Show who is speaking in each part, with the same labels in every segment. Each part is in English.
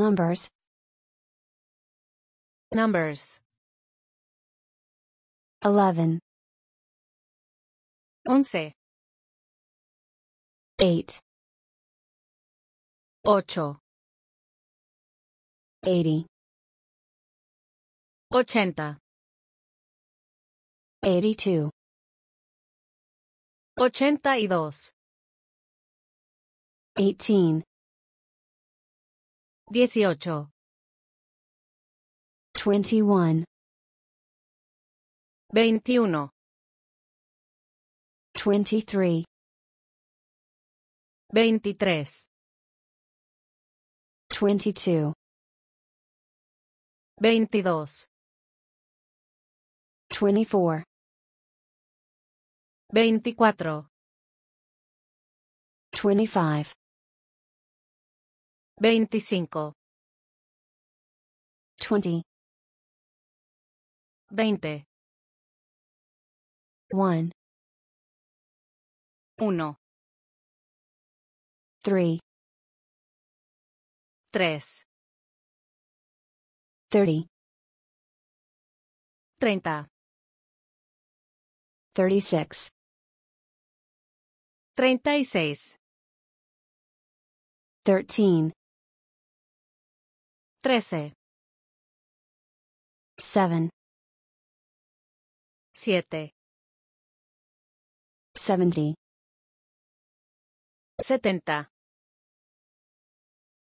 Speaker 1: Numbers.
Speaker 2: Numbers.
Speaker 1: 11,
Speaker 2: Once.
Speaker 1: 8,
Speaker 2: Ocho.
Speaker 1: 80,
Speaker 2: Ochenta.
Speaker 1: 82,
Speaker 2: Ochenta y dos.
Speaker 1: 18,
Speaker 2: Dieciocho.
Speaker 1: 21,
Speaker 2: Veintiuno.
Speaker 1: 23,
Speaker 2: Veintitrés.
Speaker 1: 22,
Speaker 2: Veintidós.
Speaker 1: 24,
Speaker 2: Veinticuatro.
Speaker 1: 25,
Speaker 2: Veinticinco.
Speaker 1: 20,
Speaker 2: Veinte.
Speaker 1: 1,
Speaker 2: Uno.
Speaker 1: 3,
Speaker 2: Tres.
Speaker 1: 30,
Speaker 2: Treinta.
Speaker 1: 36,
Speaker 2: Treinta y seis.
Speaker 1: 13,
Speaker 2: Trece.
Speaker 1: 7,
Speaker 2: Siete.
Speaker 1: 70,
Speaker 2: Setenta.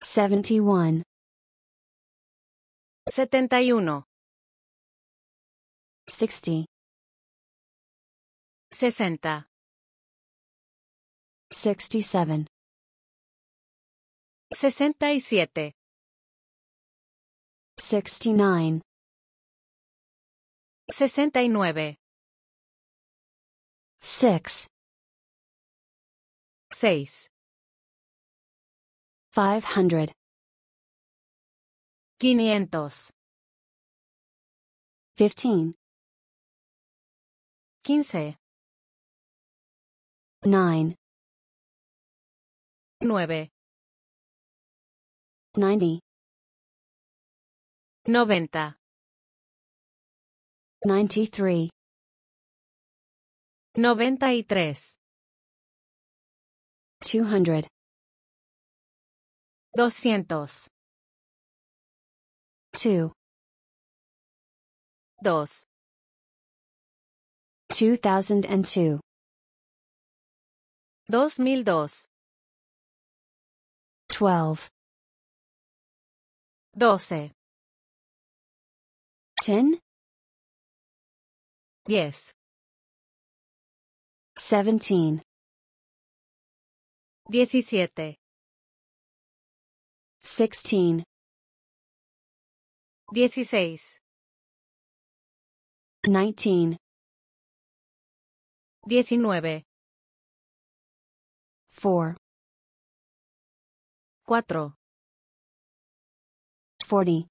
Speaker 1: 71,
Speaker 2: Setenta y uno.
Speaker 1: 60,
Speaker 2: Sesenta.
Speaker 1: 67,
Speaker 2: Sesenta y siete.
Speaker 1: 69,
Speaker 2: Sesenta y nueve.
Speaker 1: 6,
Speaker 2: Seis.
Speaker 1: 500,
Speaker 2: Quinientos.
Speaker 1: 15,
Speaker 2: Quince.
Speaker 1: 9,
Speaker 2: Nueve.
Speaker 1: 90,
Speaker 2: Noventa.
Speaker 1: 93,
Speaker 2: Noventa y tres.
Speaker 1: 200,
Speaker 2: Doscientos.
Speaker 1: 2,
Speaker 2: Dos.
Speaker 1: 2002,
Speaker 2: Dos mil dos.
Speaker 1: 12,
Speaker 2: Doce.
Speaker 1: 10,
Speaker 2: Diez.
Speaker 1: 17,
Speaker 2: Diecisiete.
Speaker 1: 16,
Speaker 2: Dieciséis.
Speaker 1: 19,
Speaker 2: Diecinueve.
Speaker 1: 4,
Speaker 2: Cuatro.
Speaker 1: 40,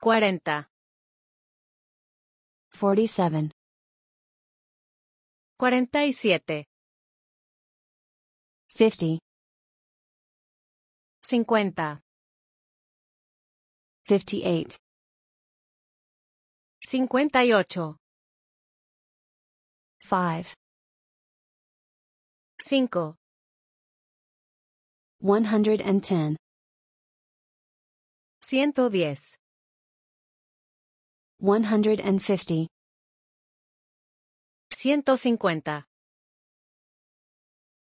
Speaker 2: Cuarenta.
Speaker 1: 47,
Speaker 2: Cuarenta y siete.
Speaker 1: 50,
Speaker 2: Cincuenta.
Speaker 1: 58,
Speaker 2: Cincuenta y ocho.
Speaker 1: 5,
Speaker 2: Cinco.
Speaker 1: 110,
Speaker 2: Ciento diez.
Speaker 1: 150,
Speaker 2: Ciento cincuenta.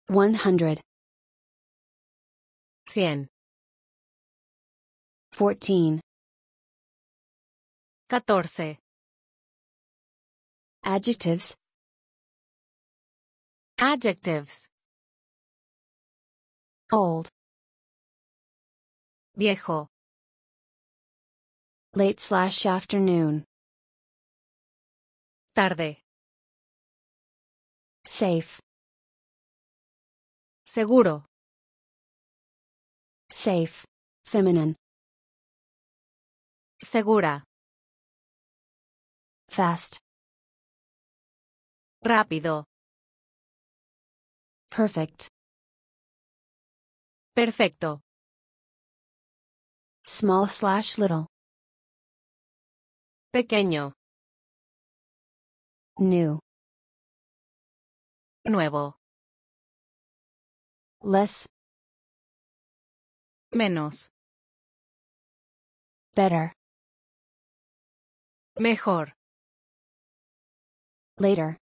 Speaker 1: 100,
Speaker 2: Cien.
Speaker 1: 14,
Speaker 2: Catorce.
Speaker 1: adjectives,
Speaker 2: Adjectives.
Speaker 1: old,
Speaker 2: Viejo.
Speaker 1: late slash afternoon,
Speaker 2: Tarde.
Speaker 1: safe,
Speaker 2: Seguro.
Speaker 1: safe, feminine,
Speaker 2: Segura.
Speaker 1: fast,
Speaker 2: Rápido.
Speaker 1: perfect,
Speaker 2: Perfecto.
Speaker 1: small slash little,
Speaker 2: Pequeño.
Speaker 1: new,
Speaker 2: Nuevo.
Speaker 1: less,
Speaker 2: Menos.
Speaker 1: better,
Speaker 2: Mejor.
Speaker 1: later,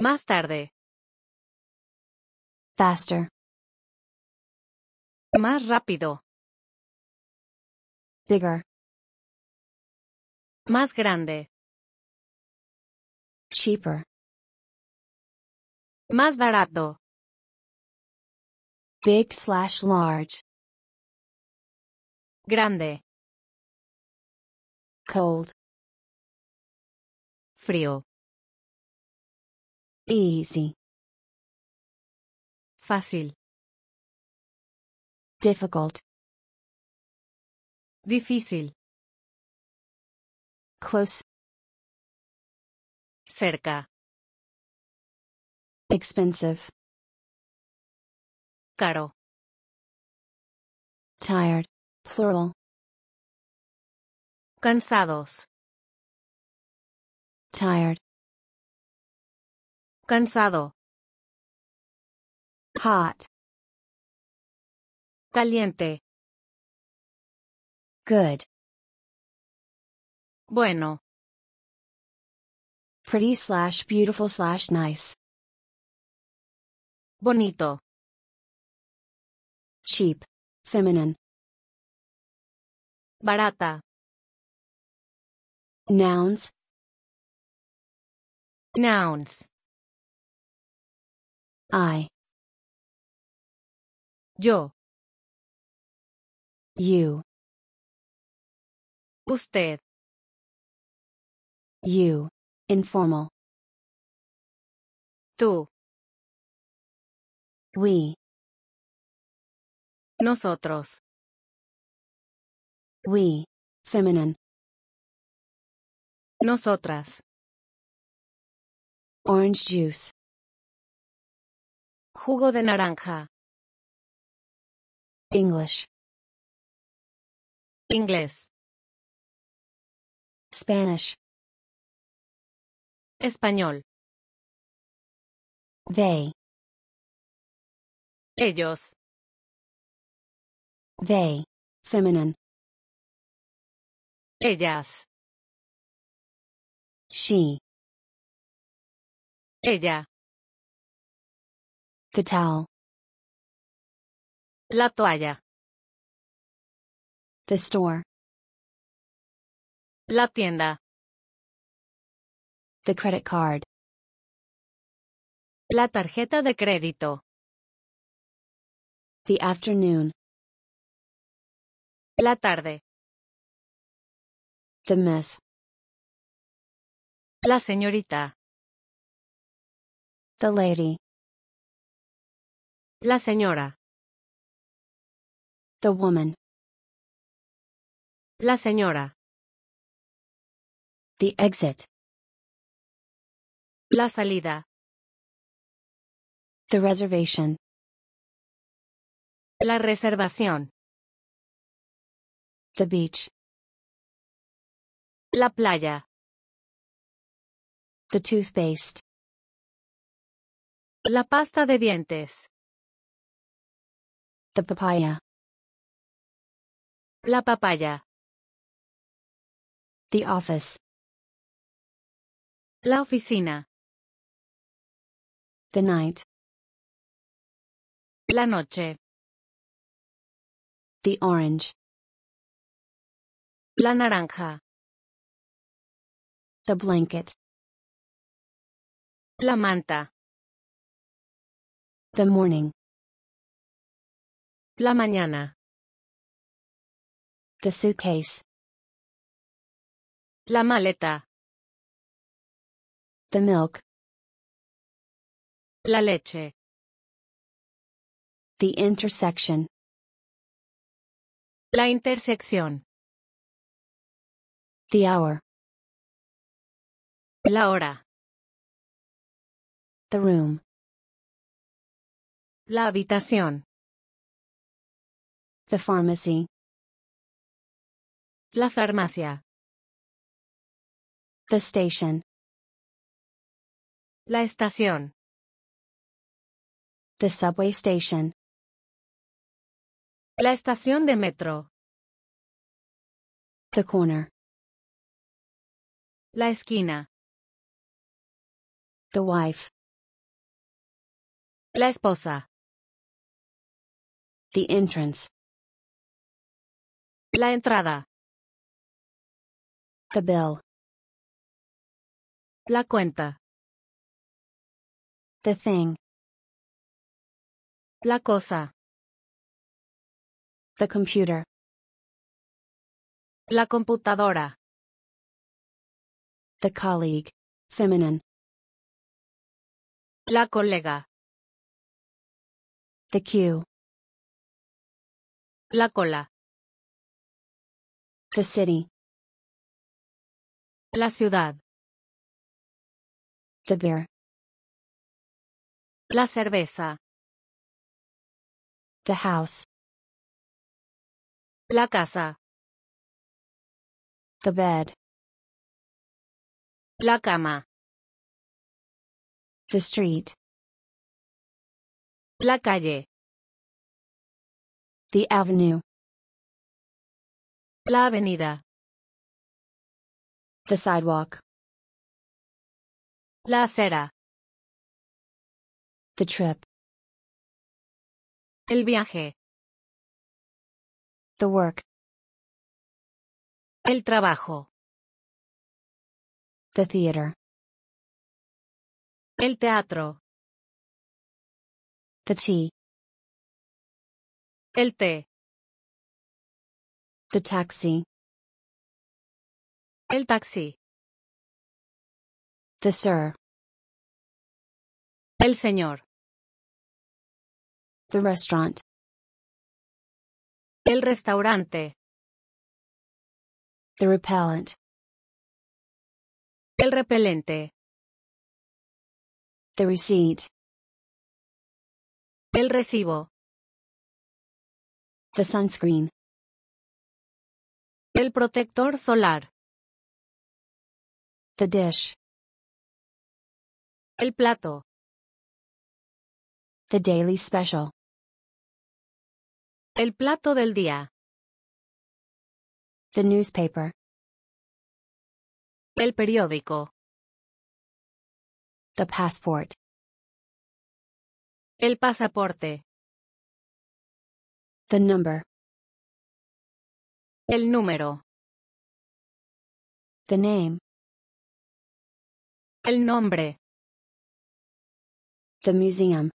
Speaker 2: Más tarde.
Speaker 1: faster,
Speaker 2: Más rápido.
Speaker 1: bigger,
Speaker 2: Más grande.
Speaker 1: cheaper,
Speaker 2: Más barato.
Speaker 1: big slash large,
Speaker 2: Grande.
Speaker 1: cold,
Speaker 2: Frío.
Speaker 1: easy,
Speaker 2: Fácil.
Speaker 1: difficult,
Speaker 2: Difícil.
Speaker 1: close,
Speaker 2: Cerca.
Speaker 1: expensive,
Speaker 2: Caro.
Speaker 1: tired, plural,
Speaker 2: Cansados.
Speaker 1: tired,
Speaker 2: Cansado.
Speaker 1: hot,
Speaker 2: Caliente.
Speaker 1: good,
Speaker 2: Bueno.
Speaker 1: pretty slash beautiful slash nice,
Speaker 2: Bonito.
Speaker 1: cheap, feminine,
Speaker 2: Barata.
Speaker 1: nouns,
Speaker 2: Nouns.
Speaker 1: I,
Speaker 2: Yo.
Speaker 1: you,
Speaker 2: Usted.
Speaker 1: you, informal,
Speaker 2: Tú.
Speaker 1: we,
Speaker 2: Nosotros.
Speaker 1: we, feminine,
Speaker 2: Nosotras.
Speaker 1: orange juice,
Speaker 2: Jugo de naranja.
Speaker 1: English,
Speaker 2: Inglés.
Speaker 1: Spanish,
Speaker 2: Español.
Speaker 1: they,
Speaker 2: Ellos.
Speaker 1: they, feminine,
Speaker 2: Ellas.
Speaker 1: she,
Speaker 2: Ella.
Speaker 1: the towel,
Speaker 2: La toalla.
Speaker 1: the store,
Speaker 2: La tienda.
Speaker 1: the credit card,
Speaker 2: La tarjeta de crédito.
Speaker 1: the afternoon,
Speaker 2: La tarde.
Speaker 1: the miss,
Speaker 2: La señorita.
Speaker 1: the lady,
Speaker 2: La señora.
Speaker 1: the woman,
Speaker 2: La señora.
Speaker 1: the exit,
Speaker 2: La salida.
Speaker 1: the reservation,
Speaker 2: La reservación.
Speaker 1: the beach,
Speaker 2: La playa.
Speaker 1: the toothpaste,
Speaker 2: La pasta de dientes.
Speaker 1: the papaya,
Speaker 2: La papaya.
Speaker 1: the office,
Speaker 2: La oficina.
Speaker 1: the night,
Speaker 2: La noche.
Speaker 1: the orange,
Speaker 2: La naranja.
Speaker 1: the blanket,
Speaker 2: La manta.
Speaker 1: the morning,
Speaker 2: La mañana.
Speaker 1: the suitcase,
Speaker 2: La maleta.
Speaker 1: the milk,
Speaker 2: La leche.
Speaker 1: the intersection,
Speaker 2: La intersección.
Speaker 1: the hour,
Speaker 2: La hora.
Speaker 1: the room,
Speaker 2: La habitación.
Speaker 1: The pharmacy.
Speaker 2: La farmacia.
Speaker 1: The station.
Speaker 2: La estación.
Speaker 1: The subway station.
Speaker 2: La estación de metro.
Speaker 1: The corner.
Speaker 2: La esquina.
Speaker 1: The wife.
Speaker 2: La esposa.
Speaker 1: The entrance.
Speaker 2: La entrada.
Speaker 1: The bill.
Speaker 2: La cuenta.
Speaker 1: The thing.
Speaker 2: La cosa.
Speaker 1: The computer.
Speaker 2: La computadora.
Speaker 1: The colleague. Feminine.
Speaker 2: La colega.
Speaker 1: The queue.
Speaker 2: La cola.
Speaker 1: The city.
Speaker 2: La ciudad.
Speaker 1: The beer.
Speaker 2: La cerveza.
Speaker 1: The house.
Speaker 2: La casa.
Speaker 1: The bed.
Speaker 2: La cama.
Speaker 1: The street.
Speaker 2: La calle.
Speaker 1: The avenue.
Speaker 2: La avenida.
Speaker 1: The sidewalk.
Speaker 2: La acera.
Speaker 1: The trip.
Speaker 2: El viaje.
Speaker 1: The work.
Speaker 2: El trabajo.
Speaker 1: The theater.
Speaker 2: El teatro.
Speaker 1: The tea.
Speaker 2: El té.
Speaker 1: The taxi.
Speaker 2: El taxi.
Speaker 1: The sir.
Speaker 2: El señor.
Speaker 1: The restaurant.
Speaker 2: El restaurante.
Speaker 1: The repellent.
Speaker 2: El repelente.
Speaker 1: The receipt.
Speaker 2: El recibo.
Speaker 1: The sunscreen.
Speaker 2: El protector solar.
Speaker 1: The dish.
Speaker 2: El plato.
Speaker 1: The daily special.
Speaker 2: El plato del día.
Speaker 1: The newspaper.
Speaker 2: El periódico.
Speaker 1: The passport.
Speaker 2: El pasaporte.
Speaker 1: The number.
Speaker 2: El número.
Speaker 1: The name.
Speaker 2: El nombre.
Speaker 1: The museum.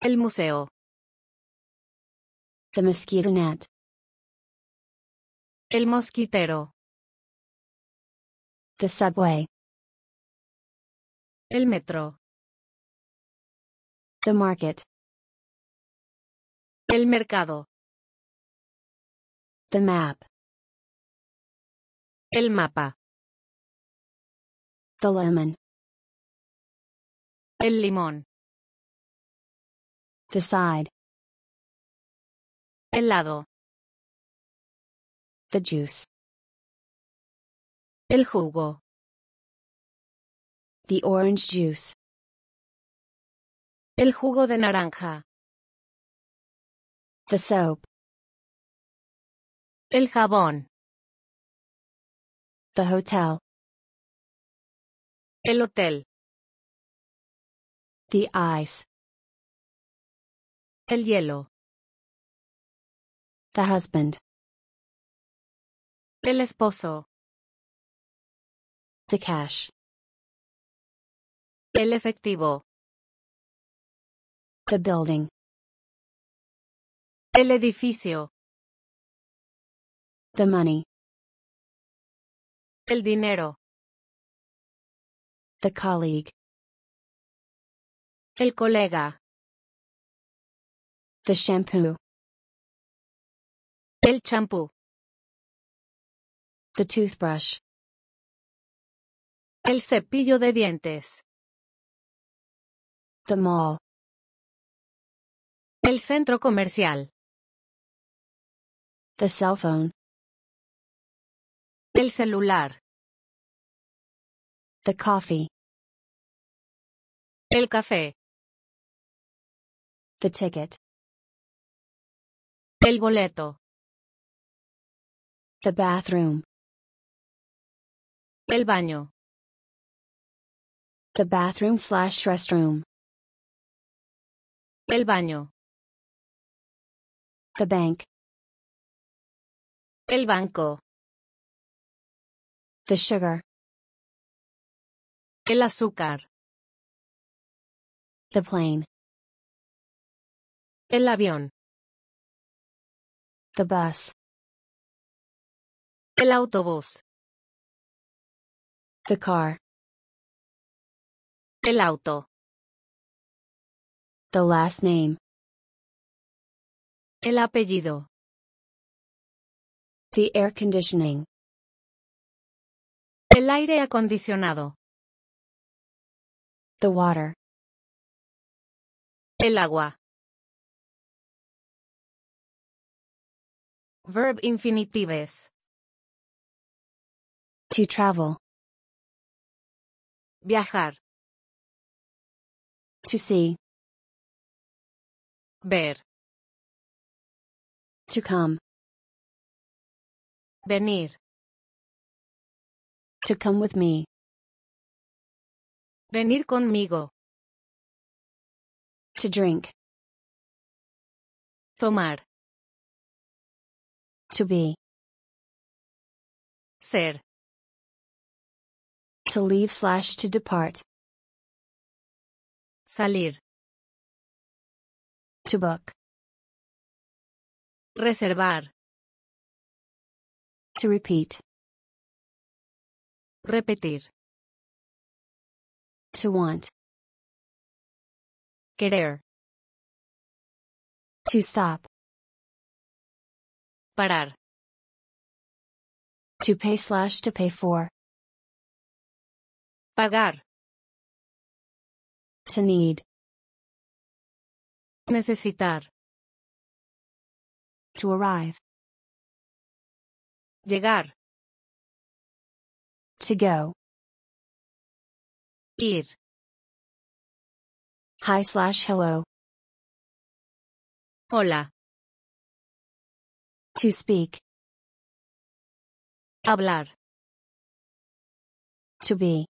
Speaker 2: El museo.
Speaker 1: The mosquito net.
Speaker 2: El mosquitero.
Speaker 1: The subway.
Speaker 2: El metro.
Speaker 1: The market.
Speaker 2: El mercado.
Speaker 1: The map.
Speaker 2: El mapa.
Speaker 1: The lemon.
Speaker 2: El limón.
Speaker 1: The side.
Speaker 2: El lado.
Speaker 1: The juice.
Speaker 2: El jugo.
Speaker 1: The orange juice.
Speaker 2: El jugo de naranja.
Speaker 1: The soap.
Speaker 2: El jabón.
Speaker 1: The hotel.
Speaker 2: El hotel.
Speaker 1: The ice.
Speaker 2: El hielo.
Speaker 1: The husband.
Speaker 2: El esposo.
Speaker 1: The cash.
Speaker 2: El efectivo.
Speaker 1: The building.
Speaker 2: El edificio.
Speaker 1: The money.
Speaker 2: El dinero.
Speaker 1: The colleague.
Speaker 2: El colega.
Speaker 1: The shampoo.
Speaker 2: El champú.
Speaker 1: The toothbrush.
Speaker 2: El cepillo de dientes.
Speaker 1: The mall.
Speaker 2: El centro comercial.
Speaker 1: The cell phone.
Speaker 2: El celular.
Speaker 1: The coffee.
Speaker 2: El café.
Speaker 1: The ticket.
Speaker 2: El boleto.
Speaker 1: The bathroom.
Speaker 2: El baño.
Speaker 1: The bathroom slash restroom.
Speaker 2: El baño.
Speaker 1: The bank.
Speaker 2: El banco.
Speaker 1: The sugar.
Speaker 2: El azúcar.
Speaker 1: The plane.
Speaker 2: El avión.
Speaker 1: The bus.
Speaker 2: El autobús.
Speaker 1: The car.
Speaker 2: El auto.
Speaker 1: The last name.
Speaker 2: El apellido.
Speaker 1: The air conditioning.
Speaker 2: El aire acondicionado.
Speaker 1: The water.
Speaker 2: El agua. Verb infinitives.
Speaker 1: To travel.
Speaker 2: Viajar.
Speaker 1: To see.
Speaker 2: Ver.
Speaker 1: To come.
Speaker 2: Venir.
Speaker 1: To come with me.
Speaker 2: Venir conmigo.
Speaker 1: To drink.
Speaker 2: Tomar.
Speaker 1: To be.
Speaker 2: Ser.
Speaker 1: To leave slash to depart.
Speaker 2: Salir.
Speaker 1: To book.
Speaker 2: Reservar.
Speaker 1: To repeat.
Speaker 2: Repetir.
Speaker 1: To want.
Speaker 2: Querer.
Speaker 1: To stop.
Speaker 2: Parar.
Speaker 1: To pay slash to pay for.
Speaker 2: Pagar.
Speaker 1: To need.
Speaker 2: Necesitar.
Speaker 1: To arrive.
Speaker 2: Llegar.
Speaker 1: To go.
Speaker 2: Ir.
Speaker 1: Hi slash hello.
Speaker 2: Hola.
Speaker 1: To speak.
Speaker 2: Hablar.
Speaker 1: To be.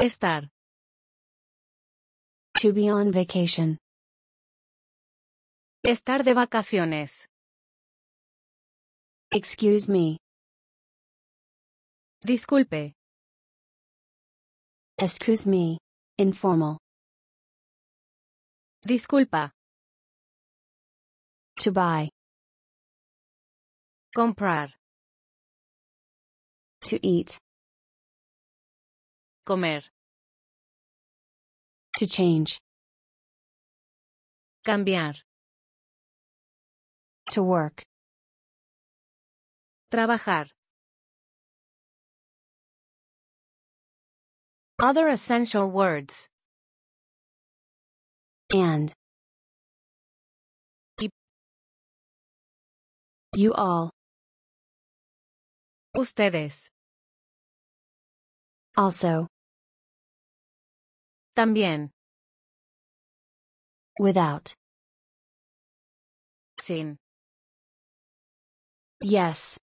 Speaker 2: Estar.
Speaker 1: To be on vacation.
Speaker 2: Estar de vacaciones.
Speaker 1: Excuse me.
Speaker 2: Disculpe.
Speaker 1: Excuse me. Informal.
Speaker 2: Disculpa.
Speaker 1: To buy.
Speaker 2: Comprar.
Speaker 1: To eat.
Speaker 2: Comer.
Speaker 1: To change.
Speaker 2: Cambiar.
Speaker 1: To work.
Speaker 2: Trabajar. Other essential words.
Speaker 1: And.
Speaker 2: Y-
Speaker 1: You all.
Speaker 2: Ustedes.
Speaker 1: Also.
Speaker 2: También.
Speaker 1: Without.
Speaker 2: Sin.
Speaker 1: Yes.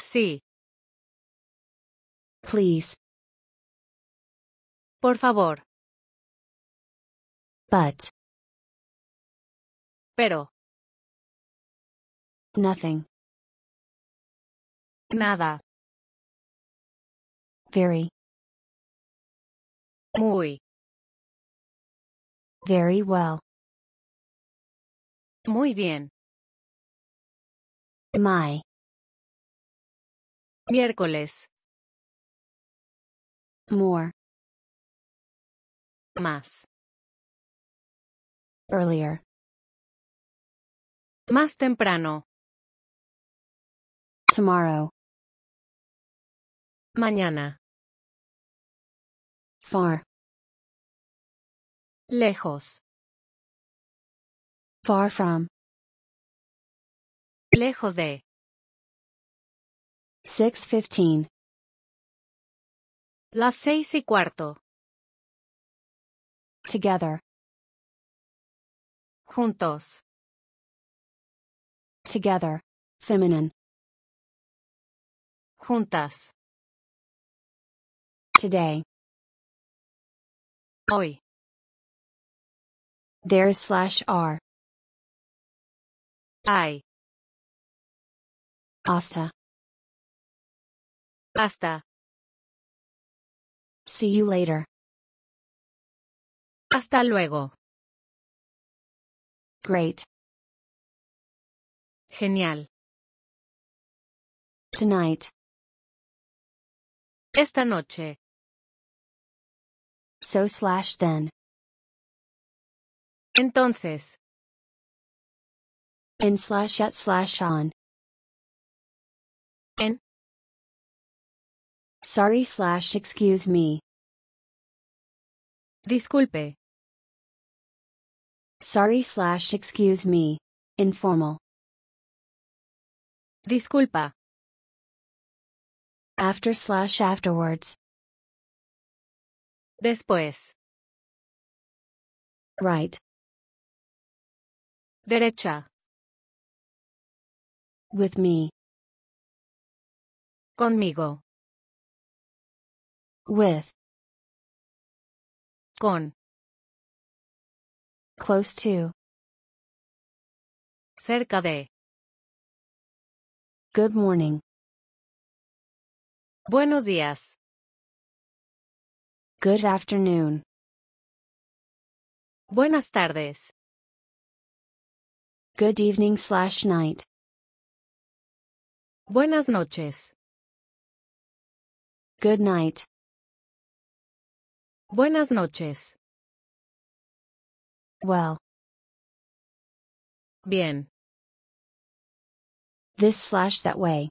Speaker 2: Sí.
Speaker 1: Please.
Speaker 2: Por favor.
Speaker 1: But.
Speaker 2: Pero.
Speaker 1: Nothing.
Speaker 2: Nada.
Speaker 1: Very.
Speaker 2: Muy.
Speaker 1: Very well.
Speaker 2: Muy bien.
Speaker 1: My.
Speaker 2: Miércoles.
Speaker 1: More.
Speaker 2: Más.
Speaker 1: Earlier.
Speaker 2: Más temprano.
Speaker 1: Tomorrow.
Speaker 2: Mañana.
Speaker 1: Far.
Speaker 2: Lejos.
Speaker 1: Far from.
Speaker 2: Lejos de.
Speaker 1: 6:15.
Speaker 2: Las seis y cuarto.
Speaker 1: Together.
Speaker 2: Juntos.
Speaker 1: Together. Feminine.
Speaker 2: Juntas.
Speaker 1: Today.
Speaker 2: Hoy.
Speaker 1: There is slash R.
Speaker 2: Hay.
Speaker 1: Asta.
Speaker 2: Hasta.
Speaker 1: See you later.
Speaker 2: Hasta luego.
Speaker 1: Great.
Speaker 2: Genial.
Speaker 1: Tonight.
Speaker 2: Esta noche.
Speaker 1: So slash then.
Speaker 2: Entonces.
Speaker 1: In slash at slash on.
Speaker 2: En.
Speaker 1: Sorry slash excuse me.
Speaker 2: Disculpe.
Speaker 1: Sorry slash excuse me. Informal.
Speaker 2: Disculpa.
Speaker 1: After slash afterwards.
Speaker 2: Después.
Speaker 1: Right.
Speaker 2: Derecha.
Speaker 1: With me.
Speaker 2: Conmigo.
Speaker 1: With.
Speaker 2: Con.
Speaker 1: Close to.
Speaker 2: Cerca de.
Speaker 1: Good morning.
Speaker 2: Buenos días.
Speaker 1: Good afternoon.
Speaker 2: Buenas tardes.
Speaker 1: Good evening slash night.
Speaker 2: Buenas noches.
Speaker 1: Good night.
Speaker 2: Buenas noches.
Speaker 1: Well.
Speaker 2: Bien.
Speaker 1: This slash that way.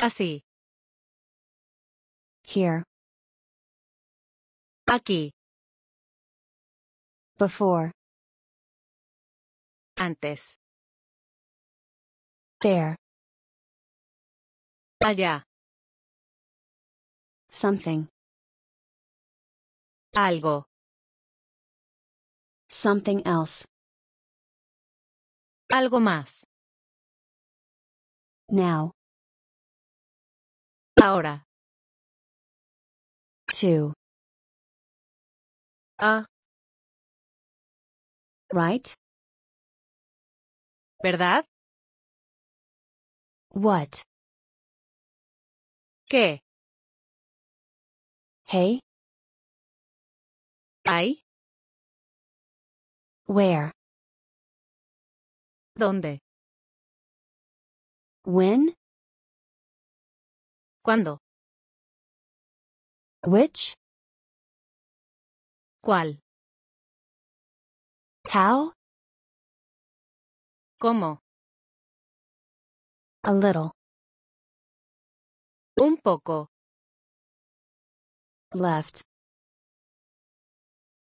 Speaker 2: Así.
Speaker 1: Here.
Speaker 2: Aquí.
Speaker 1: Before.
Speaker 2: Antes.
Speaker 1: There.
Speaker 2: Allá.
Speaker 1: Something.
Speaker 2: Algo.
Speaker 1: Something else.
Speaker 2: Algo más.
Speaker 1: Now.
Speaker 2: Ahora.
Speaker 1: To.
Speaker 2: Ah.
Speaker 1: Right?
Speaker 2: ¿Verdad?
Speaker 1: What?
Speaker 2: ¿Qué?
Speaker 1: Hey?
Speaker 2: ¿Hay?
Speaker 1: Where?
Speaker 2: ¿Dónde?
Speaker 1: When?
Speaker 2: ¿Cuándo?
Speaker 1: Which?
Speaker 2: ¿Cuál?
Speaker 1: How?
Speaker 2: ¿Cómo?
Speaker 1: A little.
Speaker 2: Un poco.
Speaker 1: Left.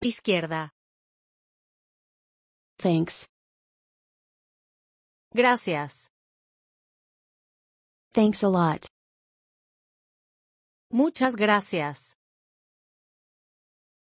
Speaker 2: Izquierda.
Speaker 1: Thanks.
Speaker 2: Gracias.
Speaker 1: Thanks a lot.
Speaker 2: Muchas gracias.